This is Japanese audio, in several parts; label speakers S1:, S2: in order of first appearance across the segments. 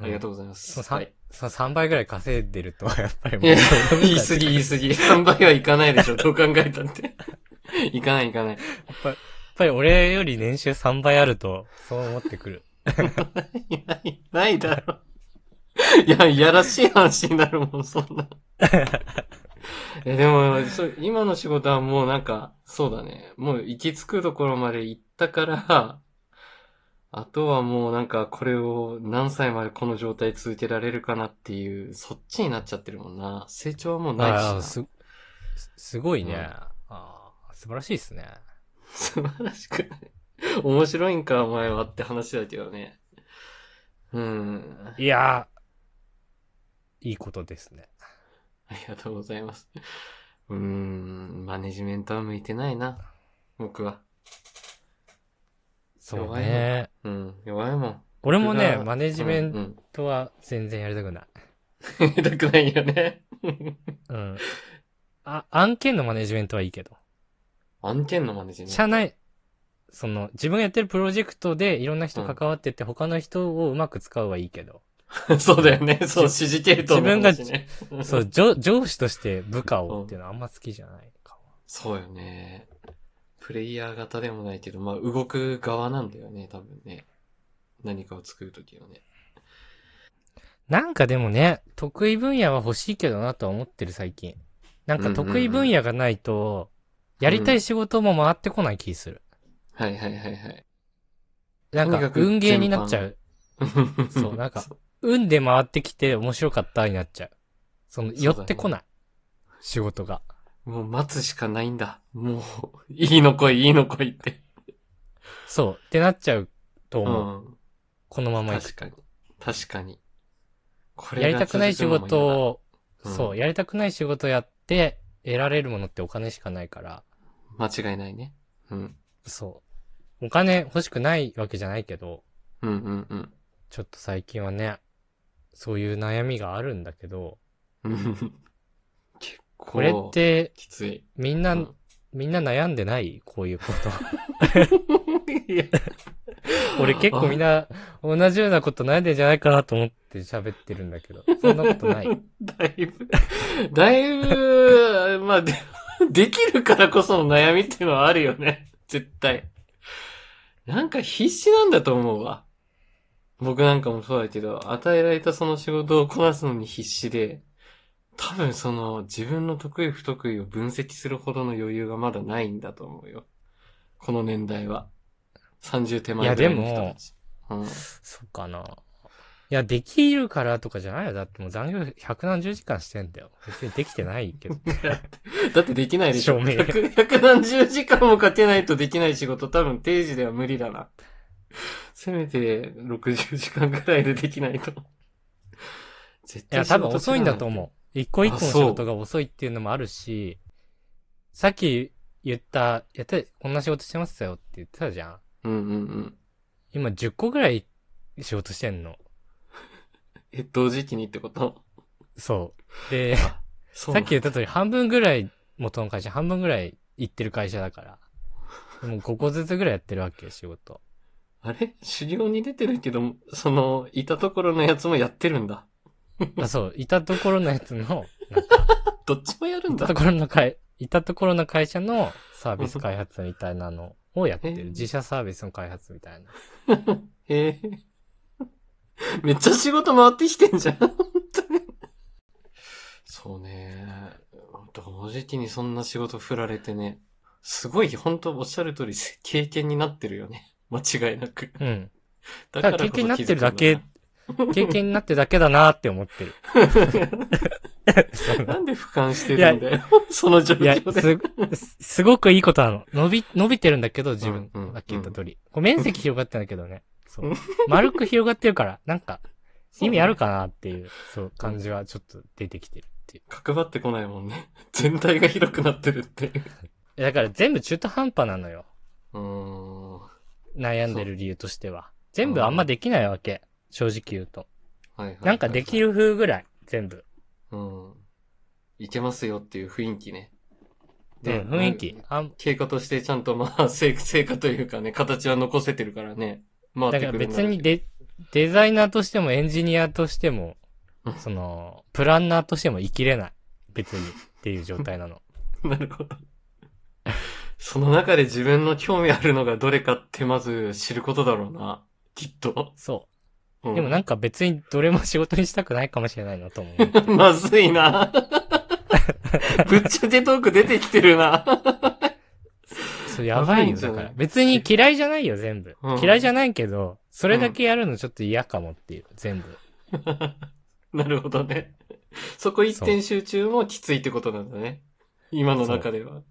S1: ありがとうございま
S2: そ
S1: す。
S2: の3、
S1: はい。
S2: その3倍ぐらい稼いでると、 やっぱりも
S1: いうや、
S2: そんな
S1: 言い
S2: や
S1: 過ぎ
S2: っ
S1: 言い過ぎ。3倍はいかないでしょ、どう考えたって。いかないいかない。
S2: ぱり俺より年収3倍あると、そう思ってくる。
S1: いない、ないだろ。いや、いやらしい話になるもん、そんな。え、でも、そう今の仕事はもうなんか、そうだね。もう行き着くところまで行ったから、あとはもうなんか、これを何歳までこの状態続けられるかなっていう、そっちになっちゃってるもんな。成長はもうないし
S2: あ
S1: な。
S2: あ、す、すすごいね。
S1: うん
S2: ああ素晴らしいですね。
S1: 素晴らしくない。面白いんか、お前はって話だけどね。うん。
S2: いやー、いいことですね。
S1: ありがとうございます。うーん、マネジメントは向いてないな。僕は。
S2: そう
S1: 弱いね
S2: ね。
S1: うん、弱いもん。
S2: 俺も
S1: 僕
S2: ね、
S1: が
S2: マネジメ
S1: う
S2: ン
S1: ん
S2: トは全然やりたくない。
S1: うん やりたくないよね。
S2: うん。あ、案件のマネジメントはいいけど。
S1: 案件のマネジメント。
S2: 社内、その、自分がやってるプロジェクトでいろんな人
S1: うん
S2: 関わってて、他の人をうまく使うはいいけど。
S1: そうだよね。そう、指示系統の話ね。
S2: そう、上上司として部下をっていうのはあんま好きじゃないかも。
S1: そうよね。プレイヤー型でもないけど、まあ、動く側なんだよね、多分ね。何かを作るときはね。
S2: なんかでもね、得意分野は欲しいけどなとは思ってる最近。なんか得意分野がないと、やりたい仕事も回ってこない気する。
S1: はいはいはいはい。
S2: なん
S1: とに
S2: か
S1: か、く
S2: 運ゲーになっちゃう。そうなん か
S1: そ
S2: 運で回ってきて面白かったになっちゃう。その、
S1: そうだね
S2: 寄ってこない。仕事が。
S1: もう待つしかないんだ。もう、いいの来い、いいの来いって。
S2: そう。ってなっちゃうと
S1: う
S2: 思う。
S1: ん。
S2: このまま行くと
S1: 確かに。確かに。こ
S2: やりたくない仕事
S1: を。
S2: を、
S1: うん
S2: そう、やりたくない仕事やって、得られるものってお金しかないから、
S1: 間違いないね。うん。
S2: そう。お金欲しくないわけじゃないけど、
S1: うんうんうん
S2: ちょっと最近はね、そういう悩みがあるんだけど、
S1: うん。結構。
S2: これっ。て、
S1: きつい。
S2: みんな、
S1: うん
S2: みんな悩んでないこういうこと。
S1: いや
S2: 俺結構みんな、同じようなこと悩んでんじゃないかなと思って喋ってるんだけど、そんなこと ない。
S1: だいぶ、だいぶ、まあ、で、できるからこその悩みっていうのはあるよね。絶対。なんか必死なんだと思うわ。僕なんかもそうだけど、与えられたその仕事をこなすのに必死で、多分その自分の得意不得意を分析するほどの余裕がまだないんだと思うよ。この年代は。30手前ぐらいの人たち。うん
S2: そうかな。いや、できるからとかじゃないよ。だってもう残業百何十時間してんだよ。別にできてないけど。
S1: だってできないでしょ。
S2: 証明
S1: 100 170時間もかけないとできない仕事、多分定時では無理だな。せめて60時間ぐらいでできないと。絶
S2: い
S1: 対
S2: や、多分遅いんだと思う。一個一個の
S1: あ
S2: 仕
S1: そう
S2: 事が遅いっていうのもあるし、さっき言った、やって、こんな仕事してますよって言ってたじゃん。
S1: う。うんうんうん。
S2: 今10個ぐらい仕事してんの。
S1: え、同時期にってこと
S2: そう。で、
S1: あそう
S2: さ
S1: な
S2: っ
S1: ん
S2: き言った通り半分ぐらい、元の会社半分ぐらい行ってる会社だから。もう5個ずつぐらいやってるわけ、仕事。
S1: あれ修行に出てるけど、その、いたところのやつもやってるんだ。
S2: あ、そう、いたところのやつの、
S1: どっちもやるん
S2: いた
S1: だ
S2: と。ころの会、いたところの会社のサービス開発みたいなのをやって
S1: えー
S2: る。自社サービスの開発みたいな。
S1: へえ。 めっちゃ仕事回ってきてんじゃん。本当に そうね。同時期にそんな仕事振られてね。すごい、本当おっしゃる通り、経験になってるよね。間違いなく。
S2: うん。
S1: だ
S2: だから
S1: こそ
S2: 経験になってるだ
S1: 気づ
S2: け経験になってるだけだなって思って る。
S1: くんだな。
S2: その
S1: なんで俯瞰してるんだよ。その状
S2: いや、
S1: 況で。
S2: す、すごくいいことなの。伸び、伸びてるんだけど、自分
S1: うんうん、。
S2: さっき言った通り。こう面積広がってんだけどね。そううん丸く広がってるから、なんか、意味あるかなっていう、そう、感じはちょっと出てきてるっていう
S1: 角張ってこないもんね。全体が広くなってるっていう。
S2: いや。だから全部中途半端なのよ。
S1: うーん。は
S2: 悩んでる理由としては。全部あんまできないわけ。正直言うと。
S1: いはいはい
S2: なんかできる風ぐらい、全部。
S1: うん。いけますよっていう雰囲気ね。
S2: うん、雰囲気。。あん、
S1: 経過としてち ゃんとまあ、成成果というかね、形は残せてるからね。まあ、
S2: だから別にで、デザイナーとしてもエンジニアとしても
S1: うん、
S2: その、プランナーとしても生きれない。別に。っていう状態なの。
S1: なるほど。その中で自分の興味あるのがどれかってまず知ることだろうな。きっと。
S2: そうう。
S1: ん
S2: でもなんか別にどれも仕事にしたくないかもしれないなと 思う。
S1: まずいな。 ぶっちゃけトーク出てきてるな。
S2: そう、やばい
S1: やばいん
S2: よ。
S1: じゃ
S2: だ
S1: ない
S2: から。別に嫌いじゃないよ、全部
S1: うん。
S2: 嫌いじゃないけど、それだけやるのちょっと嫌かもっていう、全部。
S1: なるほどね。そこ一点集中もきついってことなんだね。今の中では。うん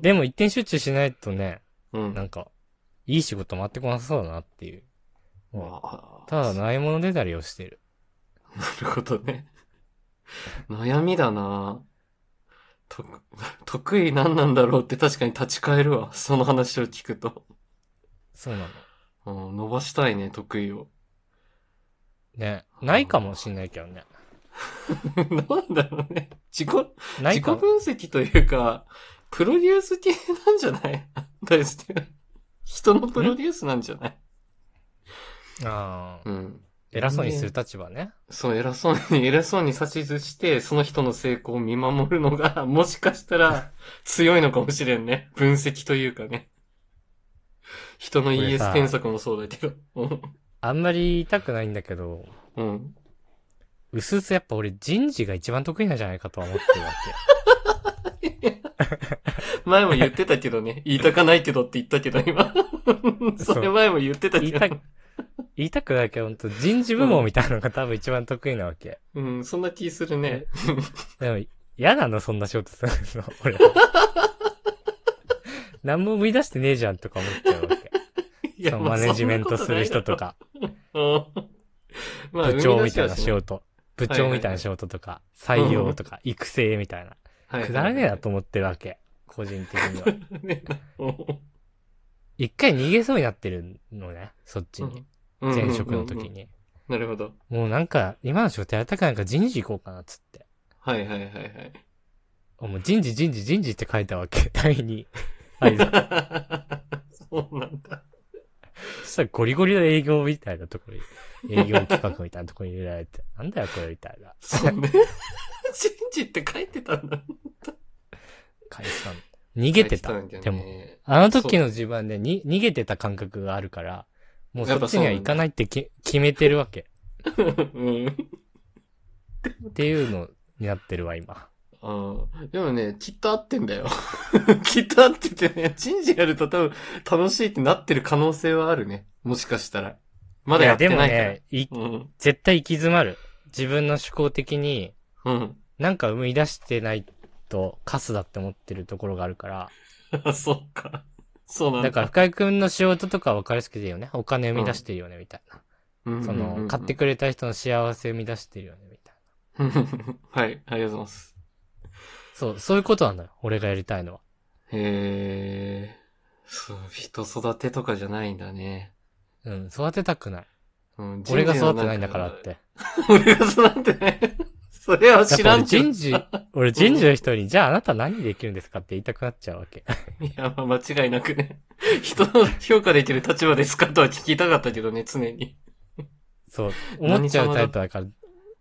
S2: でも一点集中しないとね、
S1: うん
S2: なんか、いい仕事回ってこなさそうだなっていう。も
S1: あ
S2: う
S1: ー
S2: ただ、ないものでだりをしてる。
S1: なるほどね。悩みだなと、得意何なんだろうって確かに立ち返るわ。その話を聞くと。
S2: そうなの。
S1: うん、伸ばしたいね、得意を。
S2: ね。ないかもしんないけどね。
S1: なんだろうね。自己、
S2: ない
S1: 自己
S2: かも。
S1: 分析というか、プロデュース系なんじゃない 大好きな。人のプロデュースなんじゃない
S2: ああ。
S1: うん。
S2: 偉そうにする立場ね。
S1: そう、偉そうに、 偉そうに指図して、その人の成功を見守るのが、 もしかしたら強いのかもしれんね。分析というかね。人の
S2: これ
S1: ES
S2: さ
S1: 添削もそうだけど。うん
S2: あんまり言いたくないんだけど、
S1: うん。
S2: うすうすやっぱ俺人事が一番得意なんじゃないかとは思ってるわ
S1: 前も言ってたけ どね。言いたかないけどって言ったけど、今。それ前も言ってた
S2: け。言
S1: け
S2: い
S1: ど
S2: た。く、言いたくないけど、本当人事部門みたいなのが多分一番得意なわけ。
S1: うん、そんな気するね。
S2: でも、嫌なの、そんな仕事するの、 俺。何も生み出してねえじゃんとか思っちゃうわ
S1: い
S2: け。そのマネジメントする人と。か、
S1: うんまあ
S2: 部長みたいな仕
S1: 生み出しはし
S2: 事、部長みたいな仕事とか、採用とか、育成みたいな。
S1: はい
S2: くだらねえなと思ってるわけ。個人的には。
S1: ねうん
S2: 一回逃げそうになってるのね、そっちに。
S1: うん
S2: 前職の時
S1: うんうんうん
S2: に。
S1: なるほど。
S2: もうなんか、今の仕事やりたくないから人事行こうかなっつって。
S1: はいはいはいはい。
S2: あもう人事人事人事って書いたわけ。 第二。はい。
S1: そうなんだ。
S2: そしたらゴリゴリの営業みたいなところに、営業企画みたいなところに入れられて、なんだよこれみたいな。
S1: そうね。チンジって書いてたんだ。
S2: 解散。逃げてた。
S1: 書いんだよね
S2: でも、。あの時の自分でに逃げてた感覚があるから、もうそっちには行かないってき決めてるわけ。
S1: うん
S2: っていうのになってるわ、今。
S1: うん。でもね、きっと合ってんだよ。 きっと合っててね、チンジやると多分楽しいってなってる可能性はあるね。もしかしたら。まだやってない
S2: い
S1: か
S2: や
S1: ら。
S2: でもね、い
S1: うん。
S2: 絶対行き詰まる。自分の思考的に、
S1: うん。
S2: なんか生み出してないとカスだって思ってるところがあるから、
S1: あ、 そっか。そうなんだ。
S2: だから、深井くんの仕事とかは分かりやすくていいよね。お金生み出してるよね、みたいな。
S1: ら
S2: その、買ってくれた人の幸せを生み出してるよね、みたいな。
S1: はい、ありがとうございます。
S2: そう、そういうことなんだよ。俺がやりたいのは。
S1: へえ、そう、人育てとかじゃないんだね。
S2: うん、育てたくない。
S1: うん、
S2: 俺が育てないんだからっ。て。
S1: 俺が育てない。それは
S2: だ
S1: 知
S2: からら
S1: んけど
S2: 人事、俺人事の人に、じゃああなた何できるんですかって言いたくなっちゃうわけ。
S1: いや、まあ、間違いなくね。 人の評価できる立場ですかとは聞きたかったけどね、常に。
S2: そう、思っちゃう
S1: 何様だ
S2: タイプだか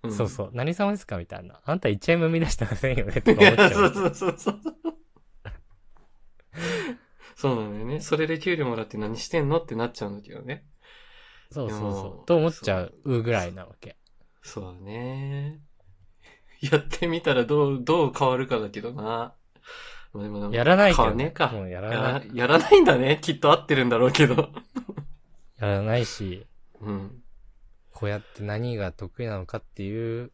S2: ら、
S1: ん
S2: そうそう、何様ですかみたいな。あんた一円も生み出してませんよね、と
S1: い
S2: か思っちゃう
S1: や、そ
S2: わ
S1: うそうそうそう。そうなんだよね。それで給料もらって何してんのってなっちゃうんだけどね。
S2: け。そうそう
S1: いや
S2: そ
S1: ー
S2: う。と思っちゃうぐらいなわけ。
S1: そうだね。やってみたらどう、どう変わるかだけどな。まあでも
S2: やらないけど、
S1: 変わんねえか。
S2: もうやら
S1: や
S2: ない
S1: ら。やらないんだね。きっと合ってるんだろうけど。
S2: やらないし、
S1: うん。
S2: こうやって何が得意なのかっていう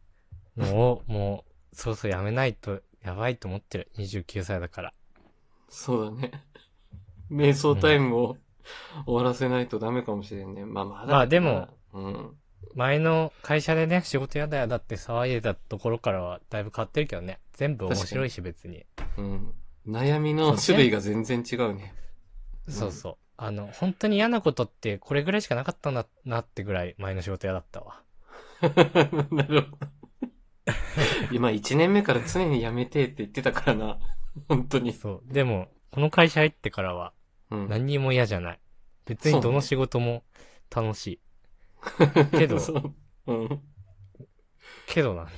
S2: のを、もう、そろそろやめないと、やばいと思ってる。29歳だから。
S1: そうだね。瞑想タイムを終わらせないとダメかもしれんね。まあまだ。
S2: まあでも。
S1: うん。
S2: 前の会社でね、仕事やだやだって騒いでたところからはだいぶ変わってるけどね。全部面白いし別に。
S1: うん。悩みの種類が全然違うね。 ん
S2: そうそう。あの、本当に嫌なことってこれぐらいしかなかったんだなってぐらい前の仕事嫌だったわ。
S1: なるほど。今1年目から常にやめてって言ってたからな。本当に。
S2: そう。でも、この会社入ってからは
S1: うん。
S2: 何にも嫌じゃない。別にどの仕事も楽しい。けど、
S1: そううん。
S2: けどな。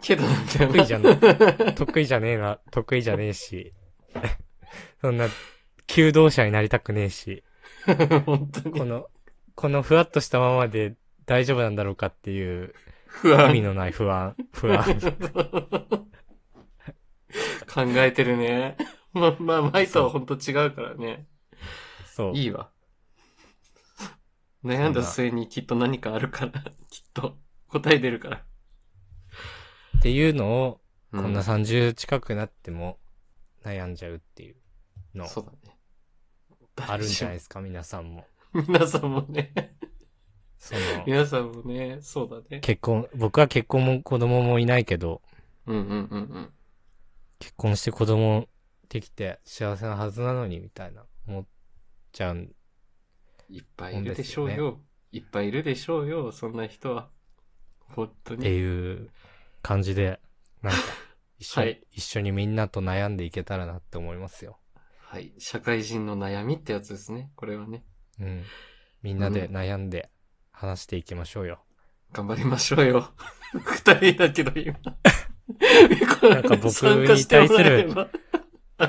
S1: けどなんだよ
S2: 得意
S1: な。
S2: じゃない。得意じゃねえな。得意じゃねえし。 そんな、求道者になりたくねえし。
S1: 本当に
S2: この、このふわっとしたままで大丈夫なんだろうかっていう
S1: 不
S2: 意味
S1: 安。
S2: のない不 安、不安。
S1: 考えてるね。ま、まあ、マイとは本当違うからね。
S2: そう。
S1: いいわ。悩んだ末にきっと何かあるから、 きっと答え出るから。
S2: っていうのを、
S1: う
S2: こんな30近くなっても悩んじゃうっていうの、
S1: そうだね。
S2: あるんじゃない
S1: い
S2: ですか、皆さんも。
S1: 皆さんもね。
S2: その、
S1: 皆さんもね、そうだね。
S2: 結婚、僕は結婚も子供もいないけど、
S1: うんうんうんうん。
S2: 結婚して子供できて幸せなはずなのに、みたいな、思っちゃうん。
S1: いっぱいいるでしょうよ。いっぱいいるでしょうよ、そんな人は。本当
S2: って
S1: に。
S2: いう感じで、なんか、一緒に、
S1: はい
S2: 一緒にみんなと悩んでいけたらなって思いますよ。
S1: はい。社会人の悩みってやつですね。これはね。
S2: うん。みんなで
S1: う
S2: 悩んで話していきましょうよ。
S1: 頑張りましょうよ。 二人だけど今。
S2: なんか僕
S1: 参加してもらえれば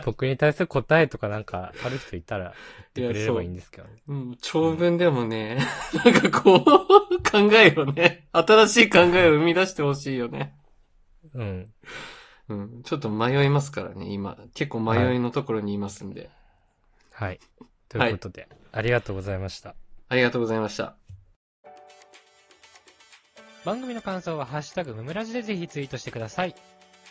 S2: 僕に対する答えとかなんかある人いたら言ってくれればいいんですけどね。
S1: うん、長文でもね、 なんかこう、考えをね、新しい考えを生み出してほしいよね。
S2: うん。
S1: うん、ちょっと迷いますからね、今。結構迷いのところにいますんで。
S2: はい。ということで、ありがとうございました。
S1: ありがとうございました。
S2: 番組の感想はハッシュタグムムラジでぜひツイートしてください。